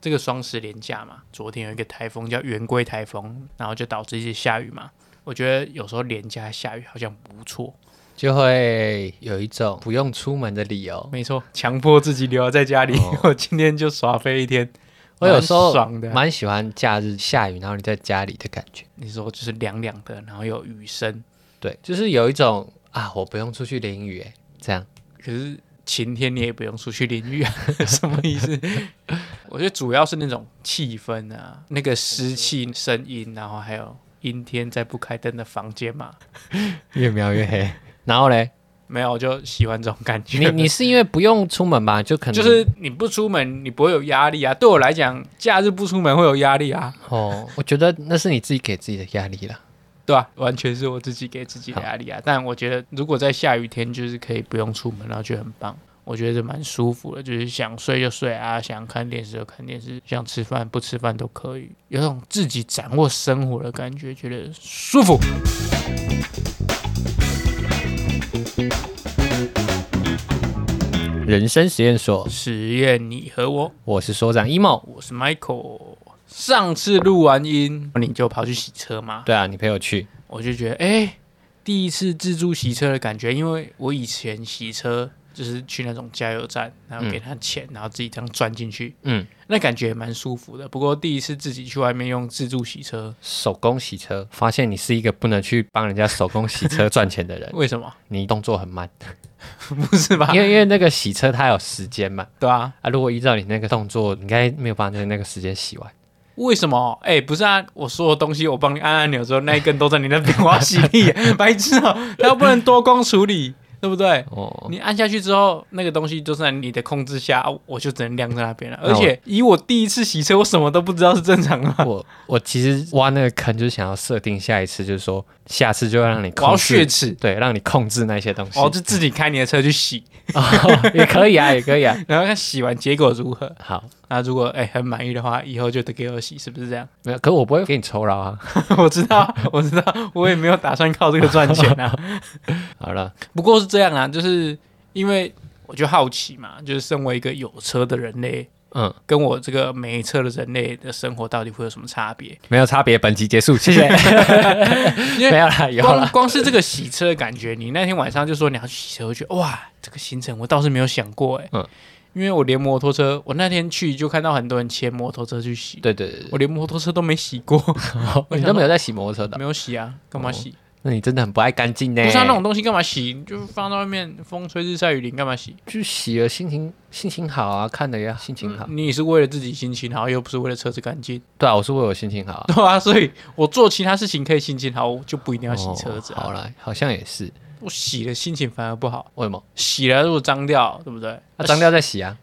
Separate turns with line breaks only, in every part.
这个双十连假嘛，昨天有一个台风叫圆规台风，然后就导致一些下雨嘛。我觉得有时候连假下雨好像不错，
就会有一种不用出门的理由。
没错，强迫自己留在家里。
哦
我今天就耍飞一天，
我有时
蛮
候
爽的。
蛮喜欢假日下雨，然后你在家里的感觉。
你说就是凉凉的，然后有雨声，
对，就是有一种啊，我不用出去淋雨，哎，这样
可是晴天你也不用出去淋雨啊， 什么意思？ 我觉得主要是那种气氛啊，那个湿气、声音，然后还有阴天在不开灯的房间嘛。
越描越黑。然后嘞，
没有，我就喜欢这种感觉。
你你是因为不用出门吧？就可能
就是你不出门，你不会有压力啊。对我来讲，假日不出门会有压力啊，
哦，我觉得那是你自己给自己的压力啦。
对吧、完全是我自己给自己的压力啊。但我觉得，如果在下雨天，就是可以不用出门，然后觉得很棒。我觉得蛮舒服的，就是想睡就睡啊，想看电视就看电视，想吃饭不吃饭都可以，有种自己掌握生活的感觉，觉得舒服。
人生实验所，
实验你和我，
我是所长 emo。
我是 Michael。上次录完音，你就跑去洗车吗？
对啊，你陪我去，
我就觉得，哎、第一次自助洗车的感觉，因为我以前洗车就是去那种加油站，然后给他钱，然后自己这样钻进去，
嗯，
那感觉也蛮舒服的。不过第一次自己去外面用自助洗车，
手工洗车，发现你是一个不能去帮人家手工洗车赚钱的 人，
为什么？
你动作很慢，
不是吧？
因为因为那个洗车它有时间嘛，
对啊，
啊，如果依照你那个动作，你应该没有办法在那个时间洗完。
为什么？哎、不是啊，我所有东西我帮你按按钮之后，那一根都在你那边，我要洗地， 白痴哦、它又不能多光处理，对不对？
哦，
你按下去之后，那个东西就在你的控制下，啊我就只能晾在那边了。
那我
而且以我第一次洗车，我什么都不知道是正常的。
我我其实挖那个坑就是想要设定下一次，就是说下次就要让你
我要
控
血耻，
制，对，让你控制那些东西。
我哦就自己开你的车去洗，
哦也可以啊，也可以啊。
然后看洗完结果如何。
好，
那如果哎、很满意的话，以后就得给我洗，是不是这样？
没有，可我不会给你酬劳啊。
我知道，我知道，我也没有打算靠这个赚钱啊。
好了，
不过是这样啊，就是因为我就好奇嘛，就是身为一个有车的人类，
嗯，
跟我这个没车的人类的生活到底会有什么差别？
没有差别，本集结束，谢谢。
因为
没有啦， 有
光
啦。
光是这个洗车的感觉，你那天晚上就说你要去洗车，我觉得哇，这个行程我倒是没有想过哎、
嗯
因为我连摩托车，我那天去就看到很多人骑摩托车去洗，
对对对
我连摩托车都没洗过， 哦
对，你都没有在洗摩托车的，
没有洗啊，干嘛洗？
那你真的很不爱干净呢。
不是、啊、那种东西干嘛洗？你就放在外面，风吹日晒雨淋干嘛洗？
去洗了，心情心情好啊，看的也心情好。
你也是为了自己心情好，又不是为了车子干净，
对啊，我是为我心情好啊。
对啊，所以我做其他事情可以心情好，我就不一定要洗车子、
哦好
啊。
啦，好像也是。
我洗了心情反而不好，
为什么？
洗了如果脏掉，对不对？
那脏掉再洗啊，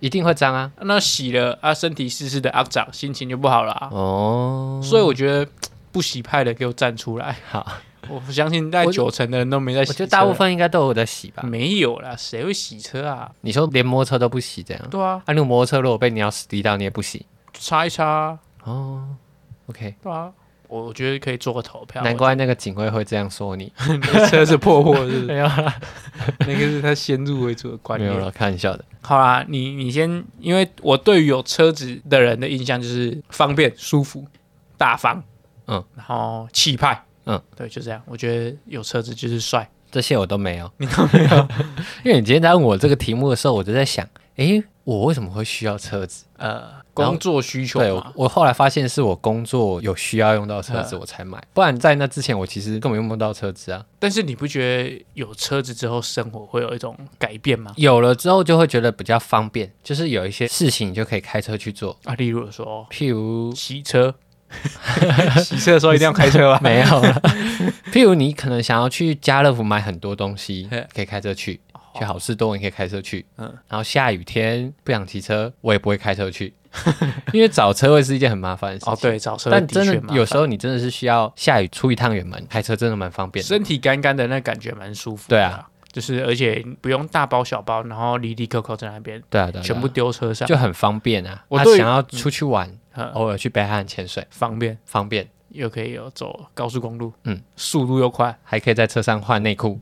一定会脏啊。
那洗了啊，身体湿湿的肮脏，心情就不好了、啊。
哦，
所以我觉得不洗派的给我站出来，
好，
我相信大概
我
九成的人都没在洗
我
车
觉
啊。
得大部分应该都有在洗吧。
没有啦，谁会洗车啊？
你说连摩托车都不洗，这样？
对啊，
啊，那个摩托车如果被鸟屎滴到，你也不洗？
擦一擦啊，
哦，OK，啊
对啊。我我觉得可以做个投票。
难怪那个警卫会这样说你。
我觉得车是破获，是不
没
是？
有啦，
那个是他先入为主的观
没有
念。
了，开玩笑的。
好啦，你你先，因为我对于有车子的人的印象就是方便、舒服、大方，
嗯，
然后气派，
嗯，
对，就这样。我觉得有车子就是帅。
这些我都没 有，你都没有。因为你今天在问我这个题目的时候，我就在想，诶，我为什么会需要车子？
呃工作需求
对，我
嘛，
我后来发现是我工作有需要用到车子，我才买，不然在那之前我其实根本用不到车子啊。
但是你不觉得有车子之后生活会有一种改变吗？
有了之后就会觉得比较方便，就是有一些事情你就可以开车去做，
啊，例如说
譬 如
洗车，洗车的时候一定要开车吧？
没有了， 譬如你可能想要去家乐福买很多东西
嘿，哦
可以开车去；去好事多你可以开车去。
嗯
嗯，然后下雨天不想骑车，我也不会开 车去，因为找车位是一件很麻烦的事 情。
哦，对，找车
但
的
真
确
的
嘛，
有时候你真的是需要下雨出一趟远门，开车真的蛮方便的。
身体干干的那感觉蛮舒服的。
对啊，
就是而且不用大包小包，然后离离扣扣在那边，
对啊，对啊，
全部
对
丢车
啊
上，
就很方便啊。
我
他
对于
想要出去玩，
嗯
偶尔去北海岸潜水，
方便。
方便。
又可以有走高速公路，
嗯，
速度又快，
还可以在车上换内裤，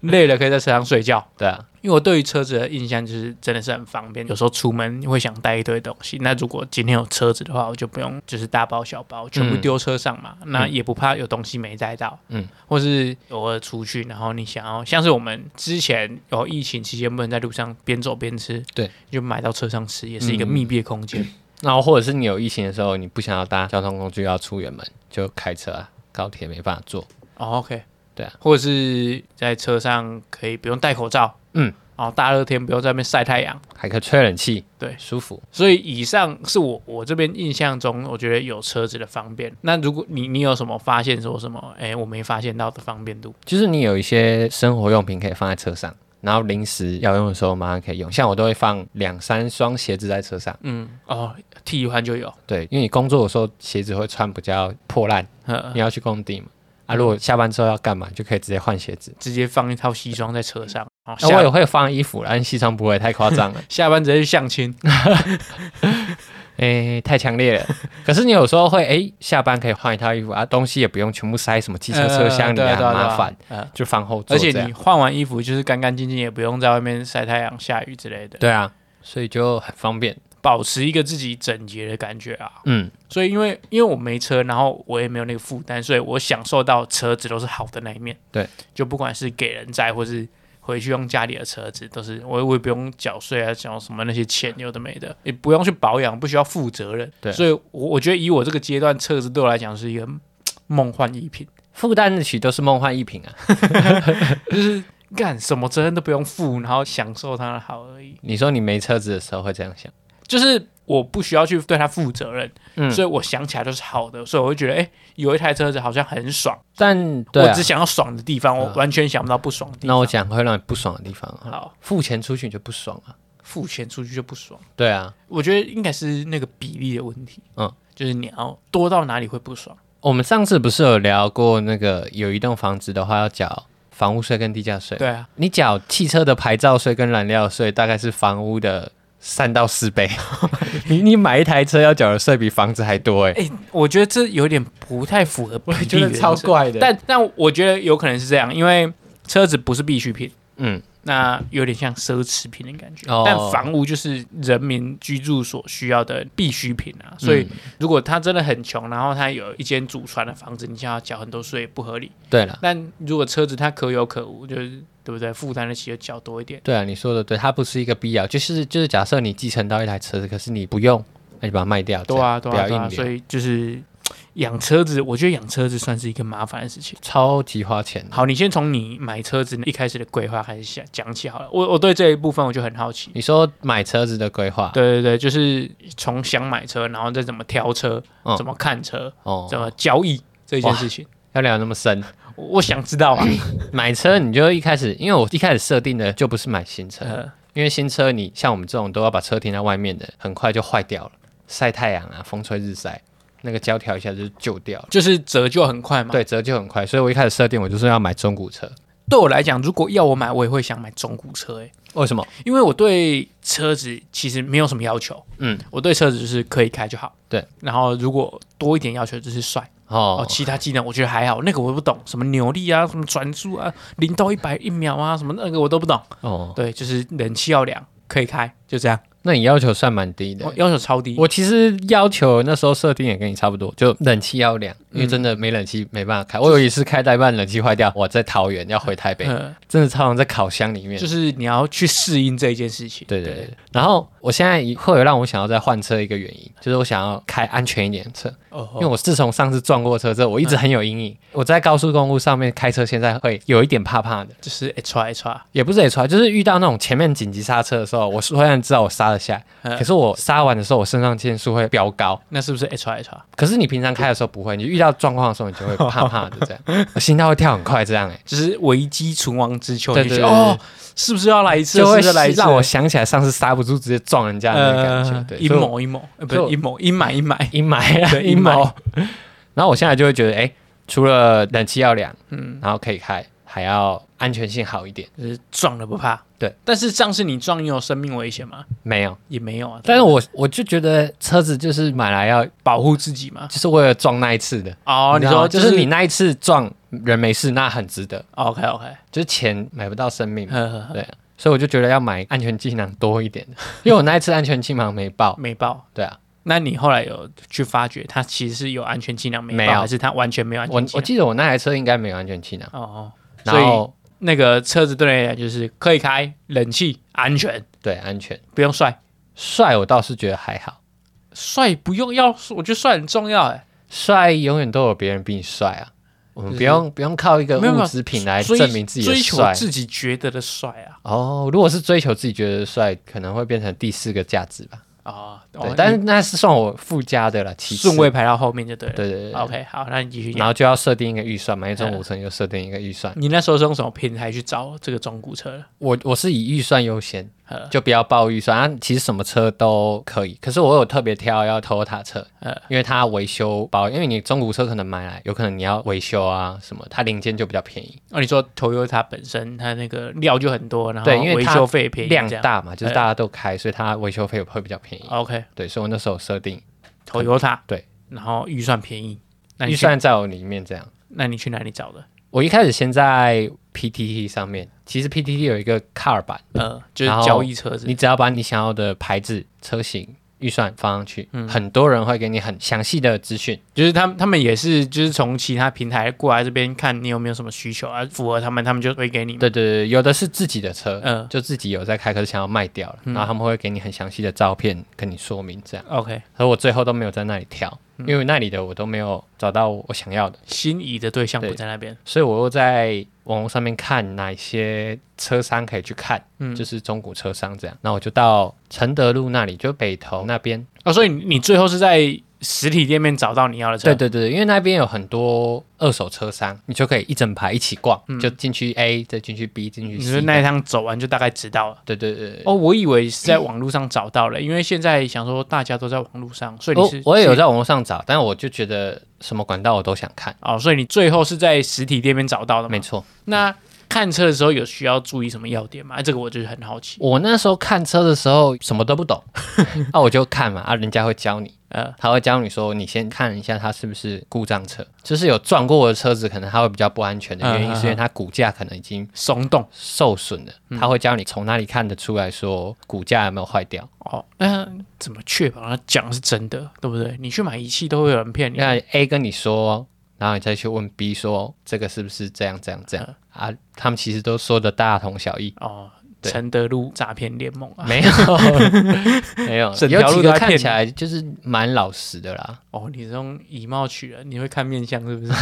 累了可以在车上睡觉。
对啊，
因为我对于车子的印象就是真的是很方便，有时候出门会想带一堆东西。那如果今天有车子的话，我就不用就是大包小包全部丢车上嘛，那也不怕有东西没带到，
嗯，
或是偶尔出去，然后你想要像是我们之前有疫情期间不能在路上边走边吃，
对，
就买到车上吃，也是一个
嗯
密闭空间。
然后或者是你有疫情的时候，你不想要搭交通工具要出远门，就开车啊，高铁没办法坐。
哦，OK，
对啊，
或者是在车上可以不用戴口罩，
嗯，
然后大热天不用在那边晒太阳。
还可以吹冷气，
对
舒服。
所以以上是我我这边印象中，我觉得有车子的方便。那如果你你有什么发现说什么？哎、我没发现到的方便度。
就是你有一些生活用品可以放在车上，然后临时要用的时候马上可以用。像我都会放两三双鞋子在车上，
嗯，哦，替换就有。
对，因为你工作的时候鞋子会穿比较破烂，
呃
你，要去工地嘛。啊，如果下班之后要干嘛，就可以直接换鞋子。
直接放一套西装在车上。哦，
啊、我也
下，
会放衣服啦，但西装不会太夸张了
下班直接去相 亲。
诶、太强烈 了。可是你有时候会诶、下班可以换一套衣服啊，东西也不用全部塞什么汽车车厢里
呃对啊
啊，
对啊对啊
麻烦，
呃
就放后座
而
这
且
样。
你换完衣服就是干干净净，也不用在外面晒太阳、下雨之类的，
对啊，所以就很方便。
保持一个自己整洁的感觉啊。
嗯，
所以因为因为我没车，然后我也没有那个负担，所以我享受到车子都是好的那一面。
对，
就不管是给人载或是。回去用家里的车子，都是我我也不用缴税啊，缴什么那些钱有的没的，也不用去保养，不需要负责任。
对
所以我我觉得以我这个阶段，车子对我来讲是一个嗯梦幻一品，
负担得起都是梦幻一品啊。
干什么责任都不用负，然后享受它的好而已。
你说你没车子的时候会这样想，
就是我不需要去对它负责任，
嗯
所以我想起来都是好的，所以我会觉得，哎、有一台车子好像很爽。
但对
我
啊
只，想要爽的地方，我
嗯
完全想不到不爽的地方。
那我讲会让你不爽的地方啊，
好，
付钱出去你就不爽啊。
付钱出去就不爽，
对啊，
我觉得应该是那个比例的问题。
嗯，
就是你要多到哪里会不爽？
我们上次不是有聊过那个有一栋房子的话要缴房屋税跟地价税，
对啊，
你缴汽车的牌照税跟燃料税大概是房屋的三到四 倍，你你买一台车要缴的税比房子还多哎、
哎、我觉得这有点不太符合比例原则
怪的但
但但我觉得有可能是这样，因为车子不是必需品。
嗯，
那有点像奢侈品的感觉，
哦
但房屋就是人民居住所需要的必需品啊。所以
嗯
如果他真的很穷，然后他有一间祖传的房子，你想要缴很多税不合理。
对了。
但如果车子它可有可无，就是对不对？负担得起就缴多一点。
对啊，你说的对，它不是一个必要，就是就是假设你继承到一台车子，可是你不用，那就把它卖掉，
对啊，对
不
啊，
要
对
硬
啊。
留
所以就是嘖养车子，我觉得养车子算是一个麻烦的事情。
超级花钱的。
好，你先从你买车子一开始的规划开始想讲起好了。我我对这一部分我就很好奇。
你说买车子的规划，
对对对，就是从想买车，然后再怎么挑车，
嗯
怎么看车，怎
哦，
么交易这件事情，
要聊那么深。
我我想知道啊。
买车你就一开始，因为我一开始设定的就不是买新车，
呃，
因为新车你像我们这种都要把车停在外面的，很快就坏掉了，晒太阳啊，风吹日晒，那个胶条一下就旧掉了。
就是折旧很快嘛。，
对，折旧很快，所以我一开始设定我就是要买中古车。
对我来讲，如果要我买，我也会想买中古车、欸。
为什么？
因为我对车子其实没有什么要求，
嗯，
我对车子就是可以开就好。
对，
然后如果多一点要求就是帅哦，
哦，
其他技能我觉得还好，那个我不懂，什么扭力啊，什么转速啊，零到一百一秒啊，什么那个我都不懂。
哦，
对，就是冷气要凉，可以开，就这样，
那你要求算蛮低的
我。要求超低。
我其实要求那时候设定也跟你差不多，就冷气要凉，因为真的没冷气没办法开。我有一次开到一半冷气坏掉，我在桃园要回台北，
呃，
真的超常在烤箱里面。
就是你要去适应这一件事情。
对对对。然后我现在会有让我想要再换车一个原因，就是我想要开安全一点的车，因为
哦，嗯
我自从上次撞过车之后，我一直很有阴影。我在高速公路上面开车，现在会有一点怕怕的，
就是 H R H R，
也不是 H R，就是遇到那种前面紧急刹车的时候，我虽然知道我刹得下，
嗯
可是我刹完的时候，我肾上腺素会飙高。
那是不是 H R H R？
可是你平常开的时候不会，你遇到状况的时候，你就会怕怕的 这样，我心跳会跳很快这样、欸，哎，
就是危机存亡之秋，
对
你就觉
对
得
对
哦，是不是要来一次？
就是会
不是来一次？
让我想起来上次刹不住直接撞人家的那个感觉，对，
呃阴
所以我
谋阴谋，呃不
所以
是
我
阴谋，阴霾阴霾。
阴霾啊，
对
阴
阴霾
谋。然后我现在就会觉得，哎、除了冷气要凉，嗯，然后可以开，还要安全性好一点。
就是撞了不怕。
对，
但是上次你撞，你有生命危险吗？
没有，
也没有啊。
但是我我就觉得车子就是买来要，
保护自己嘛。
就是为了撞那一次的。
哦，你
知道吗
说
就是你那一次撞人没事，那很值得，
，OK OK，
就是钱买不到生命嘛。
呵呵呵，
对啊，所以我就觉得要买安全气囊多一 点的，因为我那一次安全气囊没报。
没报。
对啊，
那你后来有去发觉它其实是有安全气囊没
没
报，
有
还是它完全没有安
我
全气
我
囊？
记得我那台车应该没有安全气囊，
哦哦，所
然
以
后
那个车子对你来讲就是可以开，冷气安全，
对安全
不用帅，
帅我倒是觉得还好，
帅不用要，我觉得帅很重要哎。
帅永远都有别人比你帅啊，我们
就
不
是
用不用靠一个
没有没有
物质品来
追
证明自己的
追求
帅。
自己觉得的帅啊。
哦，如果是追求自己觉得帅，可能会变成第四个价值吧。
啊，
对
哦，
但是
你
那是算我附加的了，其次
顺位。排到后面就对了。
对对对
OK，好，那你继续
然
讲。
后就要设定一个预算嘛，一
嗯
种五成就设定一个预算。
你那时候是用什么平台去找这个中古车的？
我我是以预算优先
呃，
就不要报预算。啊，其实什么车都可以，可是我有特别挑要 Toyota 车
呃，
因为它维修包，因为你中古车可能买来，有可能你要维修啊什么，它零件就比较便宜，
哦，你说 Toyota 本身它那个料就很多，然后
对因为
维
它
修费也便宜，
量
这样。嗯
大嘛，就是大家都开，所以它维修费会比较便宜。对，所以我那时候设定
OK，Toyota
对，
然后预算便宜，那你
预
去，
算在我里面这样。
那你去哪里找的？
我一开始先在 PTT 上面，其实 PTT 有一个 Car 版，
呃，就是
然后
交易车子
你只要把你想要的牌子、车型、预算放上去，
嗯
很多人会给你很详细的资讯。
就是他们他们也是就是从其他平台过来这边看你有没有什么需求啊，符合他们他们就会给你。
对对对，有的是自己的车，
嗯
就自己有在开，可是想要卖掉了，然后他们会给你很详细的照片跟你说明这样。
OK，
可我最后都没有在那里挑，
嗯
因为那里的我都没有找到我想要的，
心仪的对象不
对
在那边，
所以我又在网络上面看哪一些车商可以去看，
嗯
就是中古车商这样。那我就到承德路那里，就北投那边。
哦，所以你你最后是在实体店面找到你要的车，
对对对，因为那边有很多二手车商，你就可以一整排一起逛，就进去 A，再进去 B，进去
嗯你
C
说
这样。
那一趟走完就大概知道了。
对对对对。
哦，我以为是在网络上找到了，因为现在想说大家都在网络上，所以你
我
是
哦我也有
是
在网络上找，但我就觉得什么管道我都想看。
哦，所以你最后是在实体店面找到的嘛
没？错，
那看车的时候有需要注意什么要点吗？哎这个我就是很好奇。
我那时候看车的时候什么都不 懂，那、我就看嘛，啊，人家会教你，
呃，
他会教你说，你先看一下它是不是故障车，就是有撞过的车子，可能它会比较不安全的
嗯
原
嗯
因，
嗯
是因为它骨架可能已经
松动
受损了，
嗯
他会教你从哪里看得出来说骨架有没有坏掉。
哦，那、怎么确保他讲的是真的，对不对？你去买仪器都会有人骗你，
那 A 跟你说，然后你再去问 B 说这个是不是这样这样这
嗯
样啊？他们其实都说的大同小 异，
哦，
对
承德路诈骗联盟啊，
没有没有，
整条
有
路
几
都在骗
个看
你
起来就是蛮老实的啦。
哦，你这种以貌取人，你会看面相是不 是？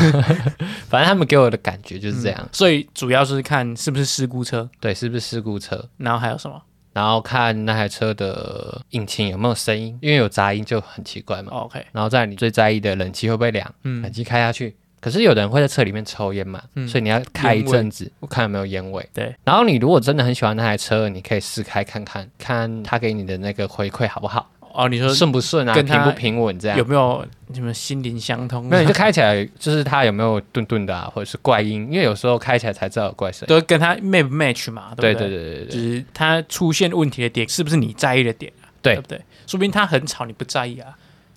反正他们给我的感觉就是这样，
所以主要是看是不是事故车，
对，是不是事故车？
然后还有什么、
然后看那台车的引擎有没有声音，因为有杂音就很奇怪嘛。
哦、？OK，
然后在你最在意的冷气会不会凉，冷气开下去。可是有的人会在车里面抽烟嘛，所以你要开一阵子，我看有没有嗯烟味。
对，
然后你如果真的很喜欢那台车，你可以试开看看，看他给你的那个回馈好不好，
哦，你说
顺不顺啊，
跟
平
它
不平稳这样
有。没有什么心灵相通？
没有，你就开起来，就是它有没有顿顿的啊，或者是怪音，因为有时候开起来才知道有怪声。
都跟他 match 不 match 嘛，
对
不
对对对对
就是他出现问题的点是不是你在意的点啊、
对
不对？说不定他很吵，你不在意啊，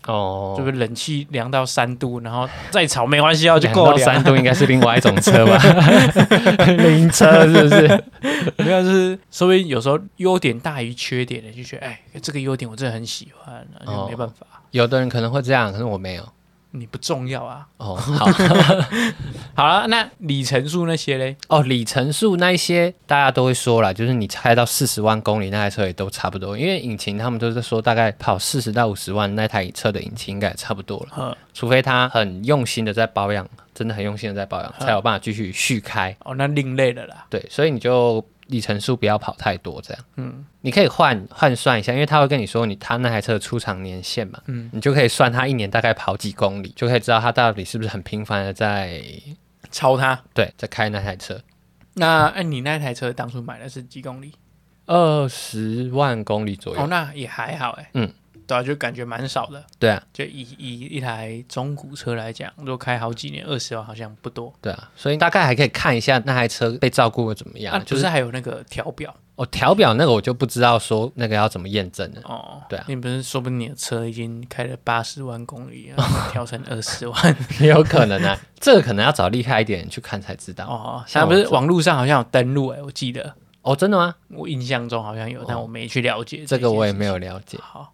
哦，
就是冷气凉到三度，然后再吵没关系啊，就够
两
了。
到三度应该是另外一种车吧， 灵车是不是？
没有，就是说不定有时候优点大于缺点的，就觉得哎，这个优点我真的很喜欢，那就
哦
没办法，
有的人可能会这样，可是我没有。
你不重要啊。
哦，好
好了，那里程数那些嘞，
哦，里程数那一些大家都会说啦，就是你开到四十万公里，那台车也都差不多，因为引擎他们都是说大概跑四十到五十万，那台车的引擎应该也差不多了，
呃，
除非他很用心的在保养，真的很用心的在保养，才有办法继续续开。
哦，那另类的啦，
对，所以你就里程数不要跑太多，这样。嗯，你可以换换算一下，因为他会跟你说你他那台车的出厂年限嘛，嗯，你就可以算他一年大概跑几公里，就可以知道他到底是不是很频繁的在
超它。
对在开那台车。
那哎，你那台车当初买的是几公里？
二十万公里左右，
哦哦，那也还好哎、
嗯，
对啊，就感觉蛮少的。
对啊，
就以以一台中古车来讲，如果开好几年，二十万好像不多。
对啊，所以大概还可以看一下那台车被照顾的怎么样。
啊，
就
不是还有那个调表
哦，调表那个我就不知道说那个要怎么验证 了。
哦？
对啊
你不是说不定你的车已经开了八十万公里 啊，调成二十万
也有可能啊，这个可能要找厉害一点人去看才知道。
哦？
像
那
我
不是
这
网络上好像有登录哎、我记得
哦，真的吗？
我印象中好像有，但我没去了解
哦这个我也没
有。
有了解。
好，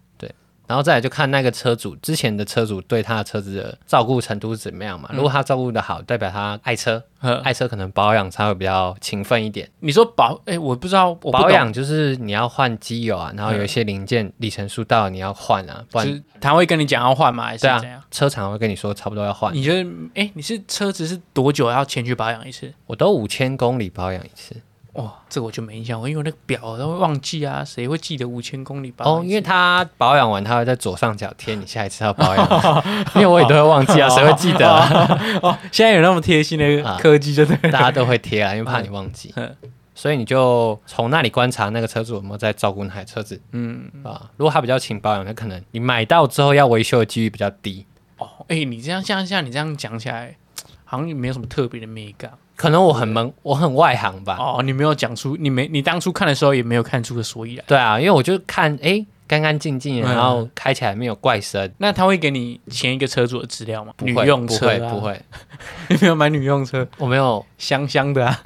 然后再来就看那个车主之前的车主对他的车子的照顾程度是怎么样嘛。
嗯
如果他照顾的好，代表他爱车，
呃，
爱车可能保养才会比较勤奋一点。
你说保哎、我不知道，我不懂
保养就是你要换机油啊，然后有一些零件里程数到了你要换啊，不
就
然
是他会跟你讲要换吗？还是
对
怎样
啊？，车厂会跟你说差不多要换。
你觉得哎、你是车子是多久要前去保养一次？
我都五千公里保养一次
哇，哦这我就没印象，我因为那个表我都会忘记啊，谁会记得五千公里吧？
哦，因为它保养完，它会在左上角贴你下一次要保 养，因为我也都会忘记啊，谁会记得啊？
哦，现在有那么贴心的
啊
科技，就对了。
大家都会贴啊，因为怕你忘记
嗯，
所以你就从那里观察那个车主有没有在照顾那台车子，嗯啊，如果他比较勤保养，那可能你买到之后要维修的几率比较低，
哦，哎、你这样像像你这样讲起来，好像也没有什么特别的美感。
可能我很懵，我很外行吧，
哦，你没有讲出，你没你当初看的时候也没有看出个所以然。
对啊，因为我就看诶，干干净净，
嗯
然后开起来没有怪声。
那他会给你前一个车主的资料吗？
不
女
会
用车、啊、
不会不，会，
你没有买女用车，
我没有
香香的啊。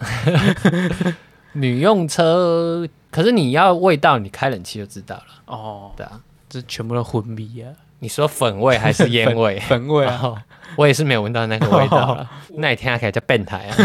女用车，可是你要味道，你开冷气就知道了，
哦，
对啊。
这全部都混迷啊，？
你说粉味还是烟味
粉哦味啊。
哦我也是没有闻到那个味道了。那你听起来叫变态 啊！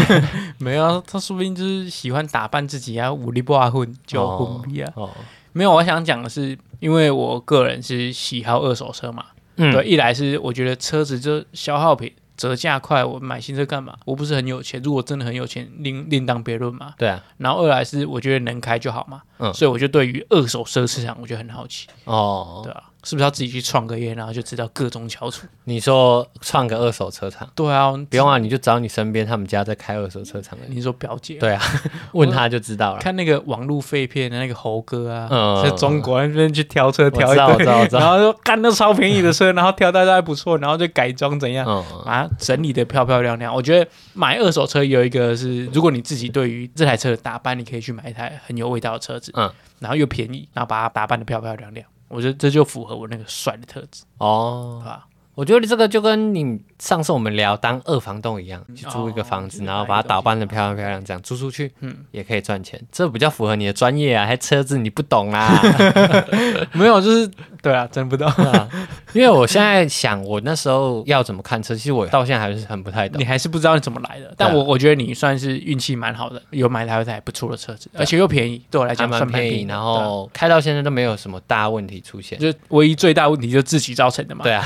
没有啊，他说不定就是喜欢打扮自己啊，武力不阿混就混逼啊。
哦，
没有，我想讲的是，因为我个人是喜好二手车嘛，
嗯，
对，一来是我觉得车子就消耗品，折价快，我买新车干嘛？我不是很有钱，如果真的很有钱，另另当别论嘛。
对啊，
然后二来是我觉得能开就好嘛，
嗯
所以我就对于二手车市场我就很好奇，
哦，
对啊，是不是要自己去创个业，然后就知道各种翘 楚？
你说创个二手车厂，
对啊，
不用啊，你就找你身边他们家在开二手车厂的人，
你说表姐，
对啊，问他就知道了。
看那个网络废片的那个猴哥啊，
嗯
在中国那边去挑车挑
我知道
一堆，
我知道我知 道
然后就干那超便宜的车，然后挑大家还不错，然后就改装怎样。
嗯，
把它整理的漂漂亮亮，我觉得买二手车有一个是，如果你自己对于这台车的打扮，你可以去买一台很有味道的车子，
嗯，
然后又便宜，然后把它打扮的漂漂亮亮，我觉得这就符合我那个帅的特质，对
哦，
吧？
我觉得这个就跟你上次我们聊当二房东一样，去租一个房
就
子，
是
然后把它打扮的漂亮漂亮，这样租出去，嗯，也可以赚钱，这比较符合你的专业啊。还车子你不懂 啊。
没有，就是对啊，真不到，
因为我现在想，我那时候要怎么看车，其实我到现在还是很不太懂
你。还是不知道你怎么来的。但
对啊
我我觉得你算是运气蛮好的，有买到一台不错的车子，而且又便宜，对我来
啊还
讲
蛮
算
便宜，
的对
然
啊
后开到现在都没有什么大问题出现。
就唯一最大问题就是自己造成的嘛。
对啊，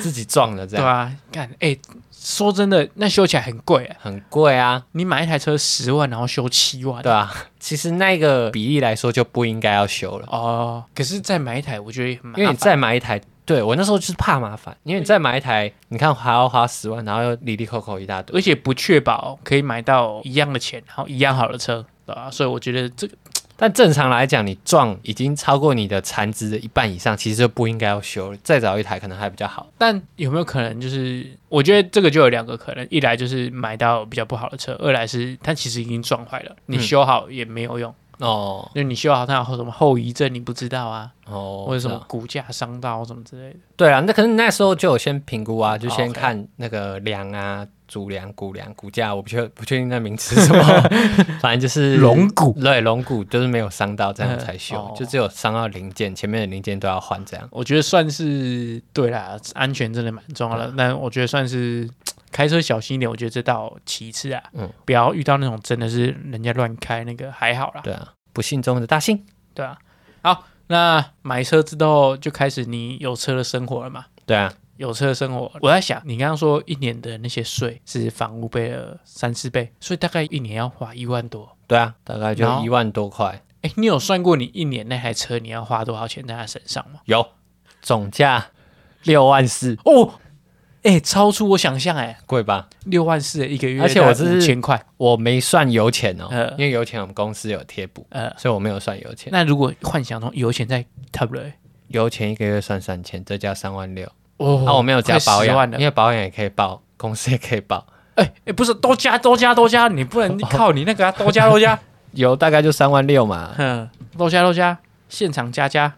自己撞了这
对
样，
啊，干哎、说真的，那修起来很贵、欸，
很贵啊，
你买一台车十万，然后修七万。
对啊。其实那个比例来说就不应该要修了，
哦，可是再买一台，我觉得也很麻
因为
烦。
你再买一台，对我那时候就是怕麻烦，因为你再买一台，你看还要花十万，然后又里里扣扣一大堆。
而且不确保可以买到一样的钱，然后一样好的车，对吧、所以我觉得这个
但正常来讲，你撞已经超过你的残值的一半以上，其实就不应该要修了，再找一台可能还比较好。
但有没有可能就是，我觉得这个就有两个可能：一来就是买到比较不好的车，二来是它其实已经撞坏了，你
嗯
修好也没有用，
哦
因为你修好它有什么后遗症你不知道啊，
哦，
或者什
是
么
啊？
骨架伤到什么之类的。
对啊，那可能那时候就有先评估啊，就
好
先
，OK
看那个梁啊、主梁、骨梁、骨架，我不确不确定那名词是什 么，反正就是
龙骨。
对，龙骨就是没有伤到，这样才修，
嗯哦
就只有伤到零件，前面的零件都要换这样。
我觉得算是对啦，安全真的蛮重要的。但我觉得算是开车小心一点，我觉得这倒其次啊，
嗯
不要遇到那种真的是人家乱开那个还好啦，
对啊，不幸中的大幸。
对啊。好，那买车之后就开始你有车的生活了嘛？
对啊，
有车的生活，我在想，你刚刚说一年的那些税是房屋倍的三四倍，所以大概一年要花一万多。
对啊，大概就
然后
一万多块，
哎，你有算过你一年那台车你要花多少钱在他身上吗？
有总价六万四。
哦，哎、超出我想象哎、
贵吧？
六万四一个月，
而且我这是
五千块。
我没算油钱哦，
呃
因为油钱我们公司有贴补，
呃，
所以我没有算油钱。
那如果幻想中油钱在 t a b l e
油钱一个月算三千，再加三万六，
哦
啊，我没有加保
快10万
养，
了
因。为保养也可以报，公司也可以报，
哎、哎，不是多加多加多加，你不能靠你那个啊，多 加多加，
油大概就三万六嘛，
嗯，多加多加，现场加加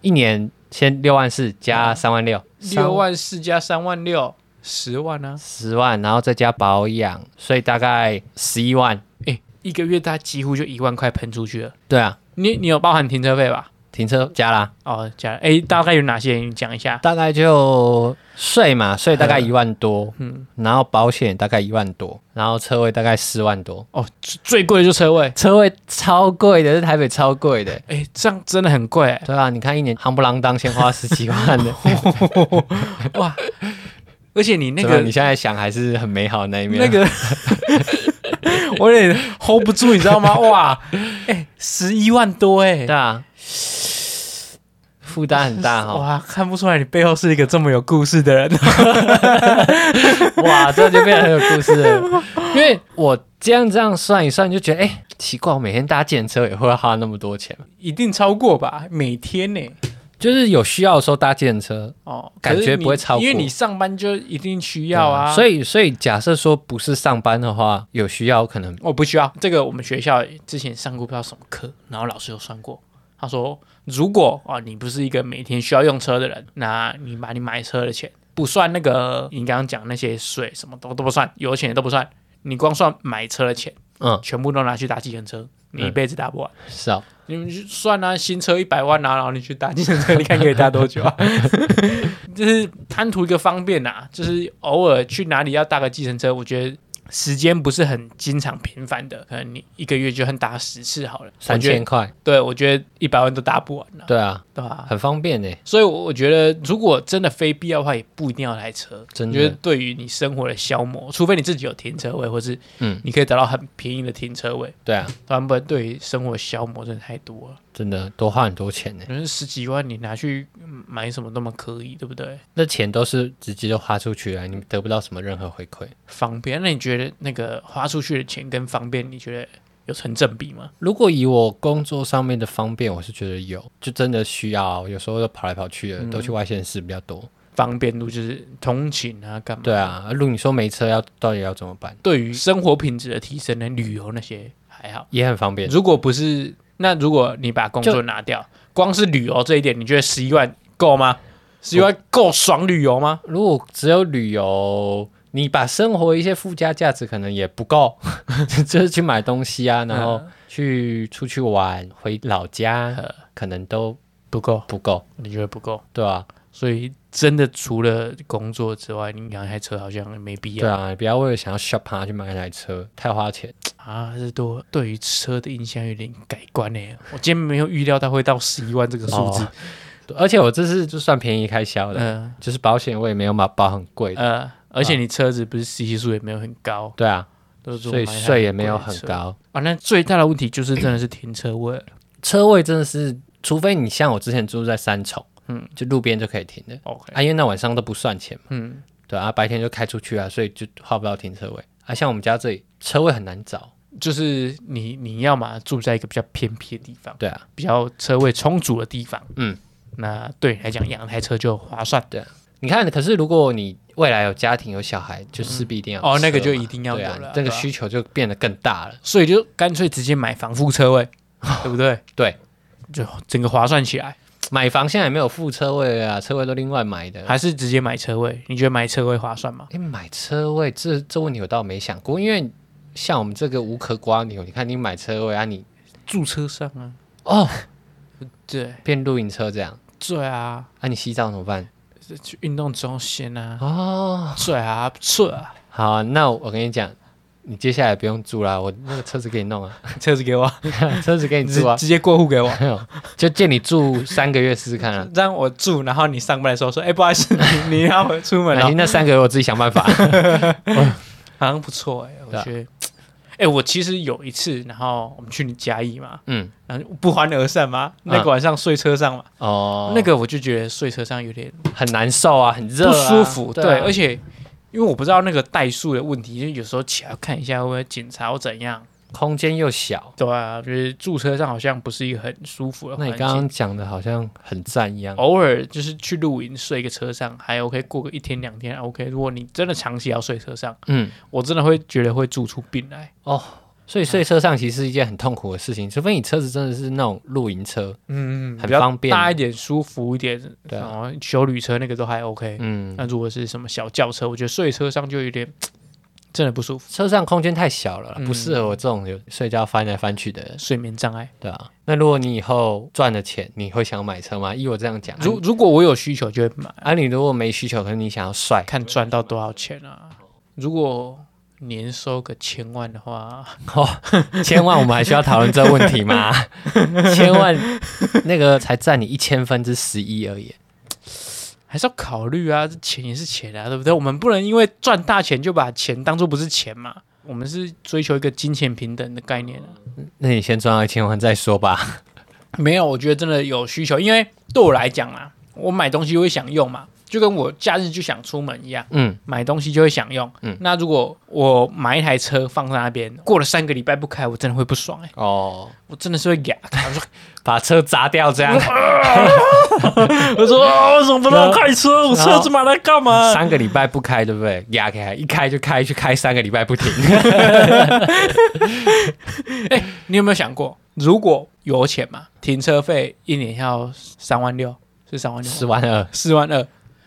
一年先六万四加三万啊六，
六万四加三万六，十万啊！
十万，然后再加保养，所以大概十一万。
哎、一个月大概几乎就一万块喷出去了。
对啊，
你你有包含停车费吧？
停车加啦，
哦，加哎，大概有哪些？你讲一下。
大概就税嘛，税大概
嗯
一万多，
嗯
嗯，然后保险大概一万多，然后车位大概四万多，
哦，最最贵的就车位，
车位超贵的，是台北超贵的。
哎，这样真的很贵、哎
对啊，你看一年夯不啷当先花十几万 的，
哇！而且你那
怎
个
么啊样你现在想还是很美好的那一面。
那个，我有点 hold 不住，你知道吗？哇，哎，十一万多哎、
对啊，负担很大哦哈、
哇，看不出来你背后是一个这么有故事的人。
哇，这就变得很有故事了。因为我这样这样算一算，就觉得哎、奇怪，我每天搭电车也会花那么多钱吗，
一定超过吧，每天呢、
就是有需要的时候搭电车。
哦，
感觉
可是你
不会超过
因为你上班就一定需要啊，
所
以
以所以假设说不是上班的话，有需要可能
哦我不需要这个。我们学校之前上过不知道什么课，然后老师有算过，他说如果啊、哦你不是一个每天需要用车的人，那你把你买车的钱不算那个你刚刚讲那些税什么都都不算，油钱也都不算，你光算买车的钱，
嗯
全部都拿去搭计程车，你一辈子搭不完。
是啊，
你们去算啊，新车一百万啊，然后你去搭计程车，你看可以搭多久 啊？就是贪图一个方便啊，就是偶尔去哪里要搭个计程车，我觉得时间不是很经常频繁的，可能你一个月就算搭十次好了。
三
我觉
千
得，
块，
对我觉得一百万都搭不完了、
对啊，
对吧、
很方便呢。
所以我觉得，如果真的非必要的话，也不一定要来车。
真
我
的
觉得对于你生活的消磨，除非你自己有停车位，或是
嗯
你可以找到很便宜的停车位，
对啊，
不然不然对于生活的消磨真的太多了。
真的多花很多钱呢。
可能十几万你拿去嗯买什么都蛮可以，对不对？
那钱都是直接就花出去了，你得不到什么任何回馈。
方便，那你觉得那个花出去的钱跟方便，你觉得有成正比吗？
如果以我工作上面的方便，我是觉得有，就真的需要，有时候跑来跑去的，都去嗯外县市比较多。
方便度就是通勤啊，干嘛？
对，啊，如果你说没车要到底要怎么办，
对于生活品质的提升呢，旅游那些还好。
也很方便。
如果不是，那如果你把工作
就
拿掉，光是旅游这一点，你觉得十一万够吗？十一万够爽旅游吗？
如果只有旅游，你把生活一些附加价值可能也不够， 就是去买东西
嗯
啊，然后去出去玩，回老家
呃
可能都
不够，
不够，
你觉得不够？
对啊，
所以真的除了工作之外，你养一台车好像没必要
对。啊，不要为了想要 shop 它去买一台车，太花钱。
啊，这多对于车的印象有点改观呢。我今天没有预料到会到十一万这个数字。
哦而且我这是就算便宜开销的，
嗯
就是保险我也没有买保很贵
呃
的，
而且你车子不是 CC 数也没有很高，
对啊，
都是
所以
买很
税也没有
贵的
很
车
高。
啊。那最大的问题就是真的是停车位了
车位真的是，除非你像我之前住在三重，嗯，就路边就可以停的，
OK，
啊，因为那晚上都不算钱嘛，
嗯，
对啊，白天就开出去啊，所以就花不到停车位。啊，像我们家这里车位很难找，
就是你你要嘛住在一个比较偏僻的地方，
对啊，
比较车位充足的地方，
嗯，
那对你来讲养台车就划算。
你看，可是如果你未来有家庭有小孩，就势必一定要有
哦，那个
车
就
嘛
一定要
对
有
啊
了，
这个
对啊
需求就变得更大了，
所以就干脆直接买房付车 位，对不对？
对。
就整个划算起来。
买房现在也没有付车位了啊，车位都另外买的。
还是直接买车位？你觉得买车位划算吗？
哎，买车位这这问题我倒没想过，因为像我们这个无壳瓜牛，你看你买车位啊你，
住车上啊，
哦
对
变露营车这样，
对啊，
啊你洗澡怎么办？
去运动中心啊，
哦，
对啊，不错啊，
好啊、那我跟你讲，你接下来不用住啦，我那个车子给你弄啊，
车子给 我，
车子给你
直
住啊，
直接过户给我，
就借你住三个月试试看啊。
让我住，然后你上班的时候说，哎、不好意 思，你你让我出门啊
那
了，
那三个月我自己想办法。
好像不错哎、我觉得。哎，我其实有一次，然后我们去嘉义嘛，
嗯，
然后不欢而散嘛，那个晚上睡车上嘛，
哦，
那个我就觉得睡车上有点
很难受啊，很热、
不
啊，
舒服，
对
对,、
啊、
而且因为我不知道那个代数的问题，就有时候起来看一下会不会检查或怎样，
空间又小。
对啊，就是住车上好像不是一个很舒服的
那
环
你
境。
刚刚讲的好像很赞一样，
偶尔就是去露营睡一个车上还 OK，过个一天两天还 OK。如果你真的长期要睡车上，
嗯，
我真的会觉得会住出病来。
哦，所以睡车上其实是一件很痛苦的事情，除非你车子真的是那种露营车，
嗯
很方便
大一点、舒服一点，
对啊
然后修旅车那个都还 OK。
嗯，
那如果是什么小轿车，我觉得睡车上就有点真的不舒服，
车上空间太小了啦，
嗯
不适合我这种有睡觉翻来翻去的人，
睡眠障碍。
对啊。那如果你以后赚了钱，你会想买车吗？依我这样讲，
如如果我有需求就会买，
啊，你如果没需求，可是你想要帅，
看赚到多少钱啊。如果年收个千万的话，
千万我们还需要讨论这问题吗？ 千万那个才占你一千分之十一而已。
还是要考虑啊，这钱也是钱啊，对不对？我们不能因为赚大钱就把钱当做不是钱嘛。我们是追求一个金钱平等的概念啊。
那你先赚到一千万再说吧。
没有，我觉得真的有需求，因为对我来讲啊，我买东西会想用嘛，就跟我假日就想出门一样。
嗯，
买东西就会想用，
嗯
那如果我买一台车放在那边，过了三个礼拜不开，我真的会不爽哎、
哦，
我真的是会啊哑开，我说
把车砸掉这样，
我说啊，为什么不让我开车？我
然后
车子买来干嘛？
三个礼拜不开，对不对？压开，一开就开，去开三个礼拜 不停。
你有没有想过，如果有钱嘛，停车费一年要三万六，是三万六吗，
十万二，
四万二。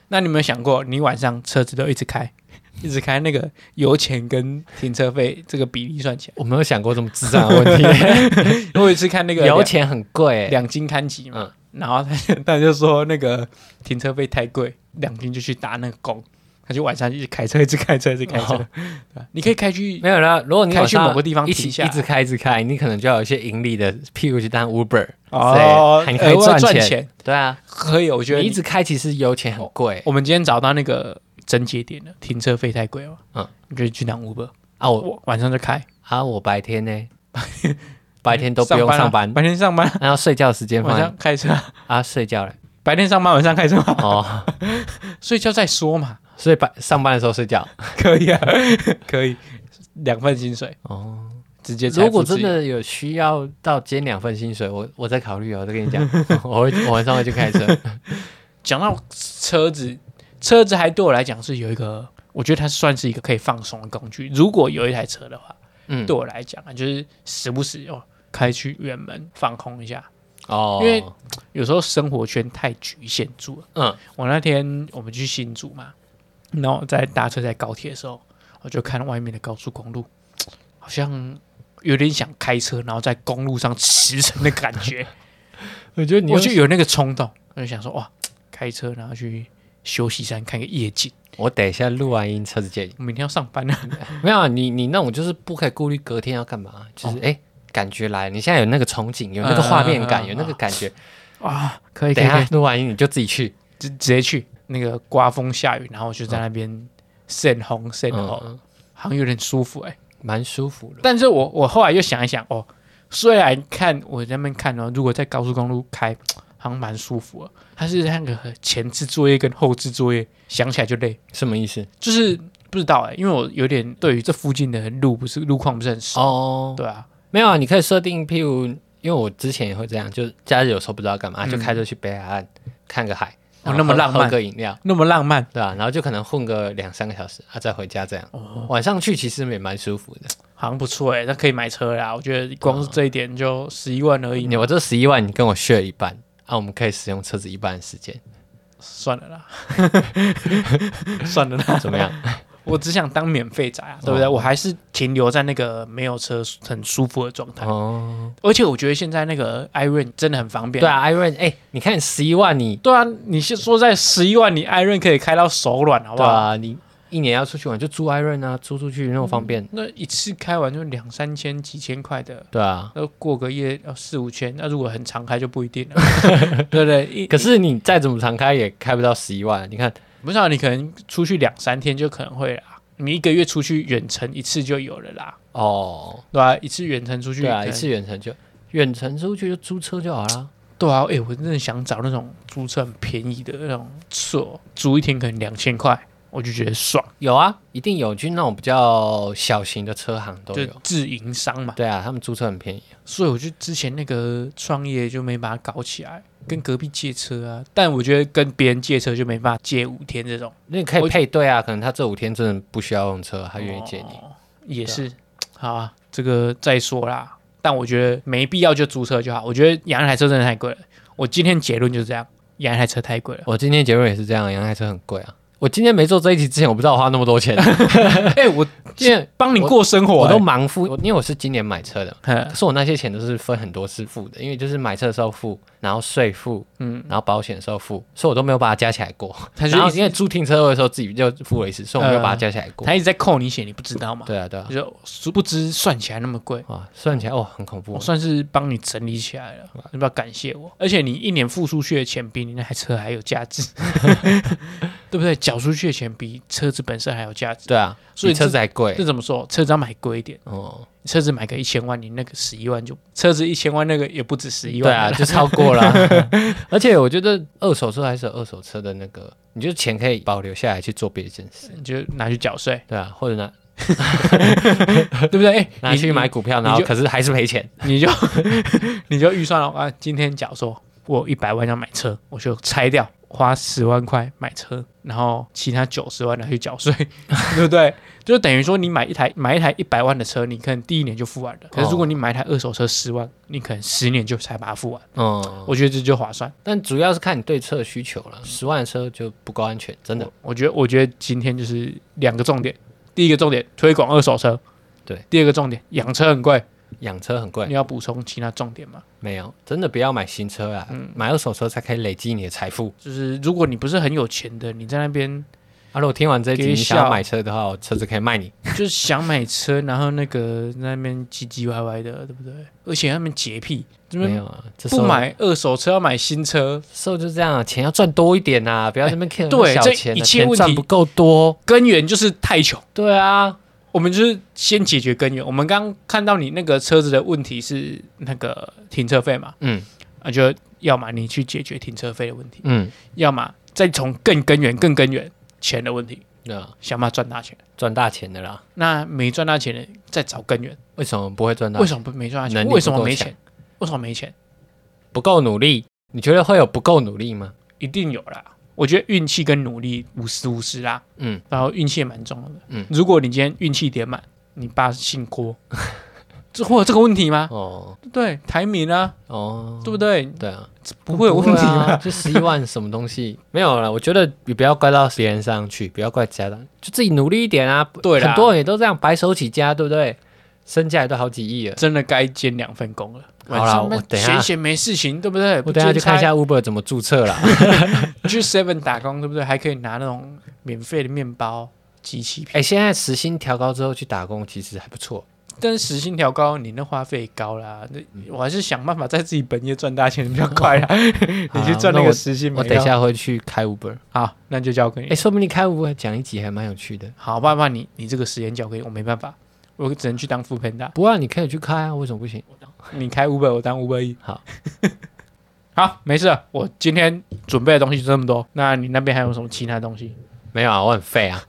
那你有没有想过，你晚上车子都一直开， 一直开，那个油钱跟停车费这个比例算起
我没有想过这么智障的问题。
来，我有一次看 那个
油
两
钱很贵欸，
两金刊集嘛，然后他就 他就说那个停车费太贵，两金就去打那个工。他就晚上一直开车，一直开车，一直开
哦
车。对吧你可以开去
没有啦。如果你
开去
晚上
某个地方
一
停
起
下来
一直开一直开，你可能就要有一些盈利的，譬如去当 Uber
哦
之类的，你可以
额外
赚
赚
钱。
钱
对啊，
可以，我觉得
你
你
一直开其实油钱很贵
我们今天找到那个症结点了，停车费太贵了，
嗯
嗯，你就去当 Uber，
啊。我
我晚上就开，
啊，我白天呢，白天都不用
啊
上 班，
白天上班，
然后睡觉时间放
晚
在
上开车，
啊睡觉了
白天上班，晚上开车 嘛，
哦，
睡觉再说 嘛，
所以白上班的时候睡觉
可以啊，可以，两份薪水
哦。
直接财富
如果
自
真
由
的有需要到兼两份薪水，我我再考虑哦。我再 跟你讲，我会我晚上会去开车。
讲到车子，车子还对我来讲是有一个，我觉得它算是一个可以放松的工具。如果有一台车的话，
嗯，
对我来讲啊，就是时不时哦开去远门放空一下，
哦，
因为有时候生活圈太局限住了。
嗯，
我那天我们去新竹嘛，然后在搭车在高铁的时候，我就看外面的高速公路，好像有点想开车，然后在公路上驰骋的感 觉，
我觉得你
我
我
就有那个冲动，我就想说哇，开车然后去休息站看个夜景，
我等一下录完音车子见你。
我明天要上班啊。
没有啊，你你那种就是不可以顾虑隔天要干嘛，
哦
就是哎。感觉来，你现在有那个憧憬，有那个画面
嗯
感，
嗯嗯
有那个感觉。
啊， 可以可
等
以
一
可
下
以，
录完音你就自己去。
直直接去那个刮风下雨，然后我就在那边晒红晒
嗯
后，
嗯，
哎好像有点舒服哎、
蛮舒服的。
但是我我后来又想一想，哦，虽然看我在那边看哦，如果在高速公路开，好像蛮舒服的。哦它是那个前置作业跟后置作业，想起来就累，
什么意思？
就是不知道哎、因为我有点对于这附近的路不是路况不是很熟，
哦，
对啊，
没有啊，你可以设定，譬如，因为我之前也会这样，就是假日有时候不知道干嘛，
嗯
就开车去北海岸看个海，
哦
然后
那么
喝
浪漫
喝个饮料，
那么浪漫，
对吧、然后就可能混个两三个小时，啊，再回家这样。
哦
晚上去其实也蛮舒服的。
好像不错哎、那可以买车啦。我觉得光是这一点就十一万而已，
你我这十一万，你跟我 share 一半，啊，我们可以使用车子一半的时间，
算了 啦，算了啦。
怎么样？
我只想当免费仔啊，对不对？我还是停留在那个没有车很舒服的状态。
哦，
而且我觉得现在那个 iRent 真的很方便。
对，啊，Iron，哎，你看十一万你，
对啊，你是说在十一万你 iRent 可以开到手软，好不
对
好？
啊，你一年要出去玩就租 Iron 啊，租出去那么方便，
那一次开完就两三千、几千块的，
对啊。
那过个夜要四五千，那如果很常开就不一定 了，对不对？一
可是你再怎么常开也开不到十一万，你看
不是啊，你可能出去两三天就可能会啦。你一个月出去远程一次就有了啦，
哦，
对吧、一次远程出去，
对啊，
可
一
能
次远程就远程出去就租车就好啦。
对啊，哎、我真的想找那种租车很便宜的那种车，租一天可能两千块，我就觉得爽，
有啊，一定有，就那种比较小型的车行都
就
有。
自营商嘛。
对啊，他们租车很便宜。
所以我就之前那个创业就没把它搞起来，跟隔壁借车啊，但我觉得跟别人借车就没办法借五天这种，
那你可
我
以配对啊，可能他这五天真的不需要用车，他愿意借你。
哦也是，好啊，这个再说啦。但我觉得没必要就租车就好，我觉得养一台车真的太贵了。我今天结论就是这样，养一台车太贵了。
我今天结论也是这样，阳台车很贵啊。我今天没做这一集之前，我不知道我花那么 多钱，
哎、我
今天
帮你过生活、哎
我
欸，
都盲付，我因为我是今年买车的，
哼
可是我那些钱都是分很多次付的，因为就是买车的时候付，然后税付，嗯，然后保险的时候付，所以我都没有把它加起来过。
他
然后
就一呃
因为租停车位的时候自己就付了一次，所以我没有把它加起来过。
他一直在扣你血，你不知道吗？
对啊，对啊，
就是殊不知算起来那么贵，
哇，算起来哇，很恐怖啊
我。哦算是帮你整理起来了，你不要感谢我。而且你一年付出去的钱比你那台车还有价 值，对不对？缴出去的钱比车子本身还有价值。
对啊，
所以
比车子还贵
这怎么说？车子要买贵一点，
哦。
车子买个一千万，你那个十一万就车子一千万，那个也不止十一
对
万
啊，
了
就超过 了。而且我觉得二手车还是有二手车的那个，你就钱可以保留下来去做别的件事。，
你就拿去缴税
对啊，或者拿
对不对？哎、
拿
你
去买，股票，
你
然后
就
可是还是赔钱。
你就 你就预算了啊。今天假如说我一百万要买车，我就拆掉，花十万块买车，然后其他九十万拿去缴税， 对不对？就等于说你买一台买一台一百万的车，你可能第一年就付完了。可是如果你买一台二手车十万，你可能十年就才把它付完。
嗯，
我觉得这就划算。
但主要是看你对车的需求了。十万的车就不够安全，真的
我。我觉得，我觉得今天就是两个重点。第一个重点，推广二手车。
对。
第二个重点，养车很贵。
养车很贵
你，要补充其他重点吗？
没有，真的不要买新车啊，
嗯
买二手车才可以累积你的财富。
就是如果你不是很有钱的，你在那边
啊，如果听完这一集
给
你想要
笑
买车的话，我车子可以卖你。
就是想买车，然后那个在那边唧唧歪歪的，对不对？而且他们洁癖，这
没
边
有啊，这时
不
候
买二手车要买新车，
售就这样啊，钱要赚多一点呐、不要这边 care
对
小
这
钱
一
啊，
切
钱
问题
赚不够多。
根源就是太穷。
对啊，
我们就是先解决根源。我们刚看到你那个车子的问题是那个停车费嘛，
嗯
啊，就要么你去解决停车费的问题，
嗯，
要么再从更根源、更根源钱的问题，
对啊，
想办法赚大钱。
赚大钱的啦。
那没赚大钱的再找根源，
为什么不会赚到？
为什么不没赚大钱？
能力
为什么
不够
没
强
钱？为什么没钱？
不够努力？你觉得会有不够努力吗？
一定有啦。我觉得运气跟努力五十五十啦，
嗯，
然后运气也蛮重要的。
嗯
如果你今天运气点满，你爸姓郭， 这会有这个问题吗？
哦
对，台民啊，
哦，
对不对？
对啊，
不会有问
不
题
会啊
吗？
就十一万什么东西没有了？我觉得你不要怪到别人上去，不要怪家长，就自己努力一点啊。
对啦
很多人也都这样白手起家，对不对？身价也都好几亿了。
真的该兼两份工了。
好啦
晚上
我等一下
闲闲没事情，对不对？
我等一下去看一下 Uber 怎么注册啦。
不兼差，去 Seven 打工，对不对？还可以拿那种免费的面包、机器片。
哎、现在时薪调高之后去打工，其实还不错。
但是时薪调高，你那花费高啦。
嗯
那我还是想办法在自己本业赚大钱比较快啦。 你去赚那
好啊
个
我
时薪没
我
高，
等一下会去开 Uber。
好，那就交给你
哎、。说不定开 Uber 讲一集还蛮有趣的。
好，爸爸，你你这个时间交给我，我没办法，我只能去当副 panda。
不啊，你可以去开啊，为什么不行？
你开 Uber，我当 Uber 一。
好，
好，没事了，我今天准备的东西就这么多。那你那边还有什么其他东西？
没有啊，我很废啊。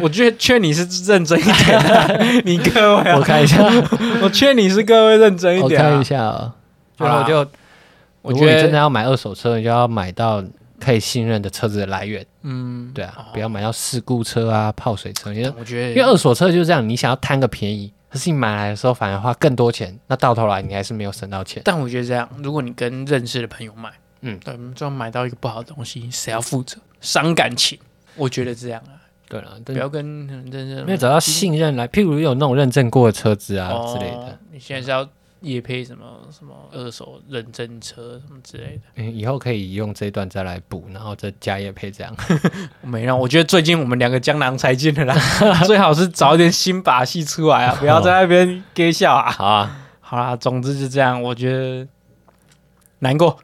我劝劝你是认真一点啊、 你各位啊、
我看一下，
我劝你是各位认真一
我
点、
看一
啊。
下啊。
好
然
啦
后我就，
我
如果
觉
你真的
得，
要买二手车，你就要买到可以信任的车子的来源。
嗯，
对啊，不要买到事故车啊、泡水车，因为
我觉
因为
得，
二手车就是这样，你想要贪个便宜，可是你买来的时候反而花更多钱，那到头来你还是没有省到钱。
但我觉得这样，如果你跟认识的朋友买，
嗯
对，就买到一个不好的东西，谁要负责？伤感情，我觉得这样啊，
对啊，
不
但
要跟认真
没有找到信任来，譬如有那种认证过的车子啊之类的
哦，。你现在是要夜配什么什么二手认证车什么之类的？
嗯，以后可以用这一段再来补，然后再加也配这样。
没让，我觉得最近我们两个江郎才尽了 啦，最好是找一点新把戏出来啊，不要在那边给笑啊。
好啊，
好啦，总之就这样，我觉得难 过，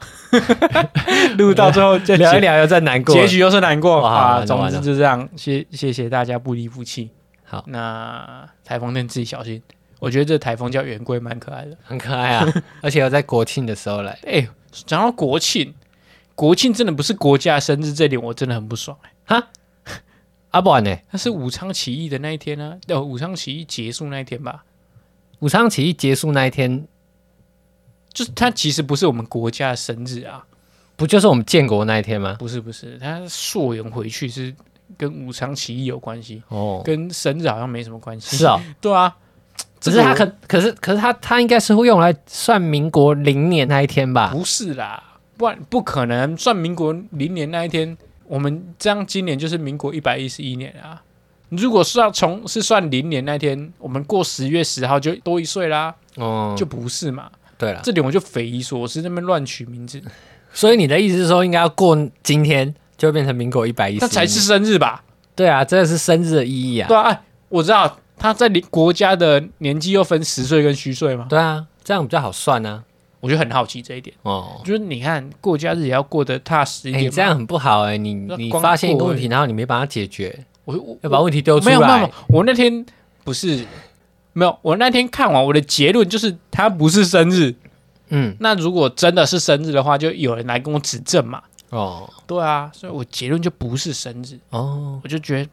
录到最后就
聊一
结，
聊又再难过了，
结局又是难过
哇
啊。
完了
总
完
之
了
就这样，谢谢谢大家不离不弃。
好，
那台风天自己小心。我觉得这台风叫圆规蛮可爱的。
很可爱啊，而且又在国庆的时候来
哎、讲到国庆，国庆真的不是国家生日，这点我真的很不爽、欸。
啊，不然呢？
那是武昌起义的那一天呢、哦，武昌起义结束那一天吧？
武昌起义结束那一天，
就是它其实不是我们国家的生日啊，
不就是我们建国那一天吗？
不是不是，它溯源回去是跟武昌起义有关系，
哦，
跟生日好像没什么关系。
是 哦，
对啊，
只是他
这
可可是可是他他应该是会用来算民国零年那一天吧？
不是啦，不然不可能算民国零年那一天，我们这样今年就是民国一百一十一年啊。如果是要从是算零年那天，我们过十月十号就多一岁啦，
哦，
就不是嘛？
对了，
这点我就匪夷所思，那边乱取名
嗯
字，
所以你的意思是说，应该要过今天就会变成民国一百一十？
那才是生日吧？
对啊，这个是生日的意义啊
对。啊，哎我知道他在邻国家的年纪又分实岁跟虚岁嘛，
对啊，这样比较好算啊。
我就很好奇这一点。
哦，
就是你看过假日也要过得踏实一
哎、
点嘛，
这样很不好哎、你
那
你
光
发现一个
过
问
而
题，然后你没把它解决，
我我
要把问题丢出
没
来。
有没有没有，我那天不是没有，我那天看完我的结论就是他不是生日。
嗯，
那如果真的是生日的话，就有人来跟我指正嘛。
哦
对啊，所以我结论就不是生日，
哦，
我就觉得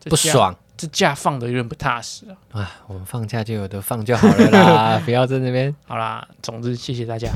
这
不
假，
爽
这假放的有点不踏实啊。
啊！我们放假就有 的放就好了啦，不要在那边。
好啦，总之谢谢大家。